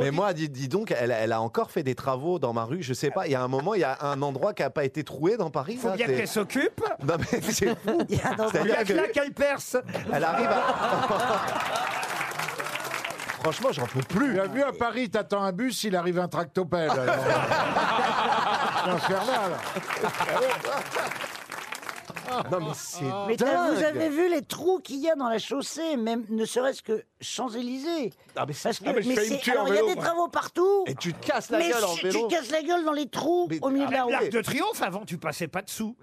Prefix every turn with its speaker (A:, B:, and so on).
A: Mais moi, dis, dis donc, elle, elle a encore fait des travaux dans ma rue. Je sais pas, il y a un moment, il y a un endroit qui n'a pas été troué dans Paris.
B: Faut
A: là,
B: bien
A: c'est-
B: qu'elle s'occupe.
A: Non, mais c'est fou.
B: Il y a un endroit-
A: C'est-à-dire
B: Bien que Ah
A: que-
B: là qu'elle perce.
A: Elle arrive à. Franchement, j'en peux plus.
C: Tu as vu à Paris, t'attends un bus, il arrive un tractopelle. alors. C'est infernal.
A: Non, mais c'est.
D: Mais
A: dingue.
D: t'as- vous avez vu les trous qu'il y a dans la chaussée, même ne serait-ce que Champs-Élysées.
A: Ah, mais c'est-
D: Parce que
E: Ah, mais je
D: mais
E: failli me
D: c'est-
E: tuer en
D: alors, il y a
E: vélo,
D: des
E: moi.
D: travaux partout.
A: Et tu te casses la
D: Mais
A: gueule en
D: si- tu
A: vélo.
D: te casses la gueule dans les trous
A: Mais-
D: au milieu
A: ah,
D: de la
A: mais
D: route.
B: L'arc de triomphe, avant, tu passais pas dessous.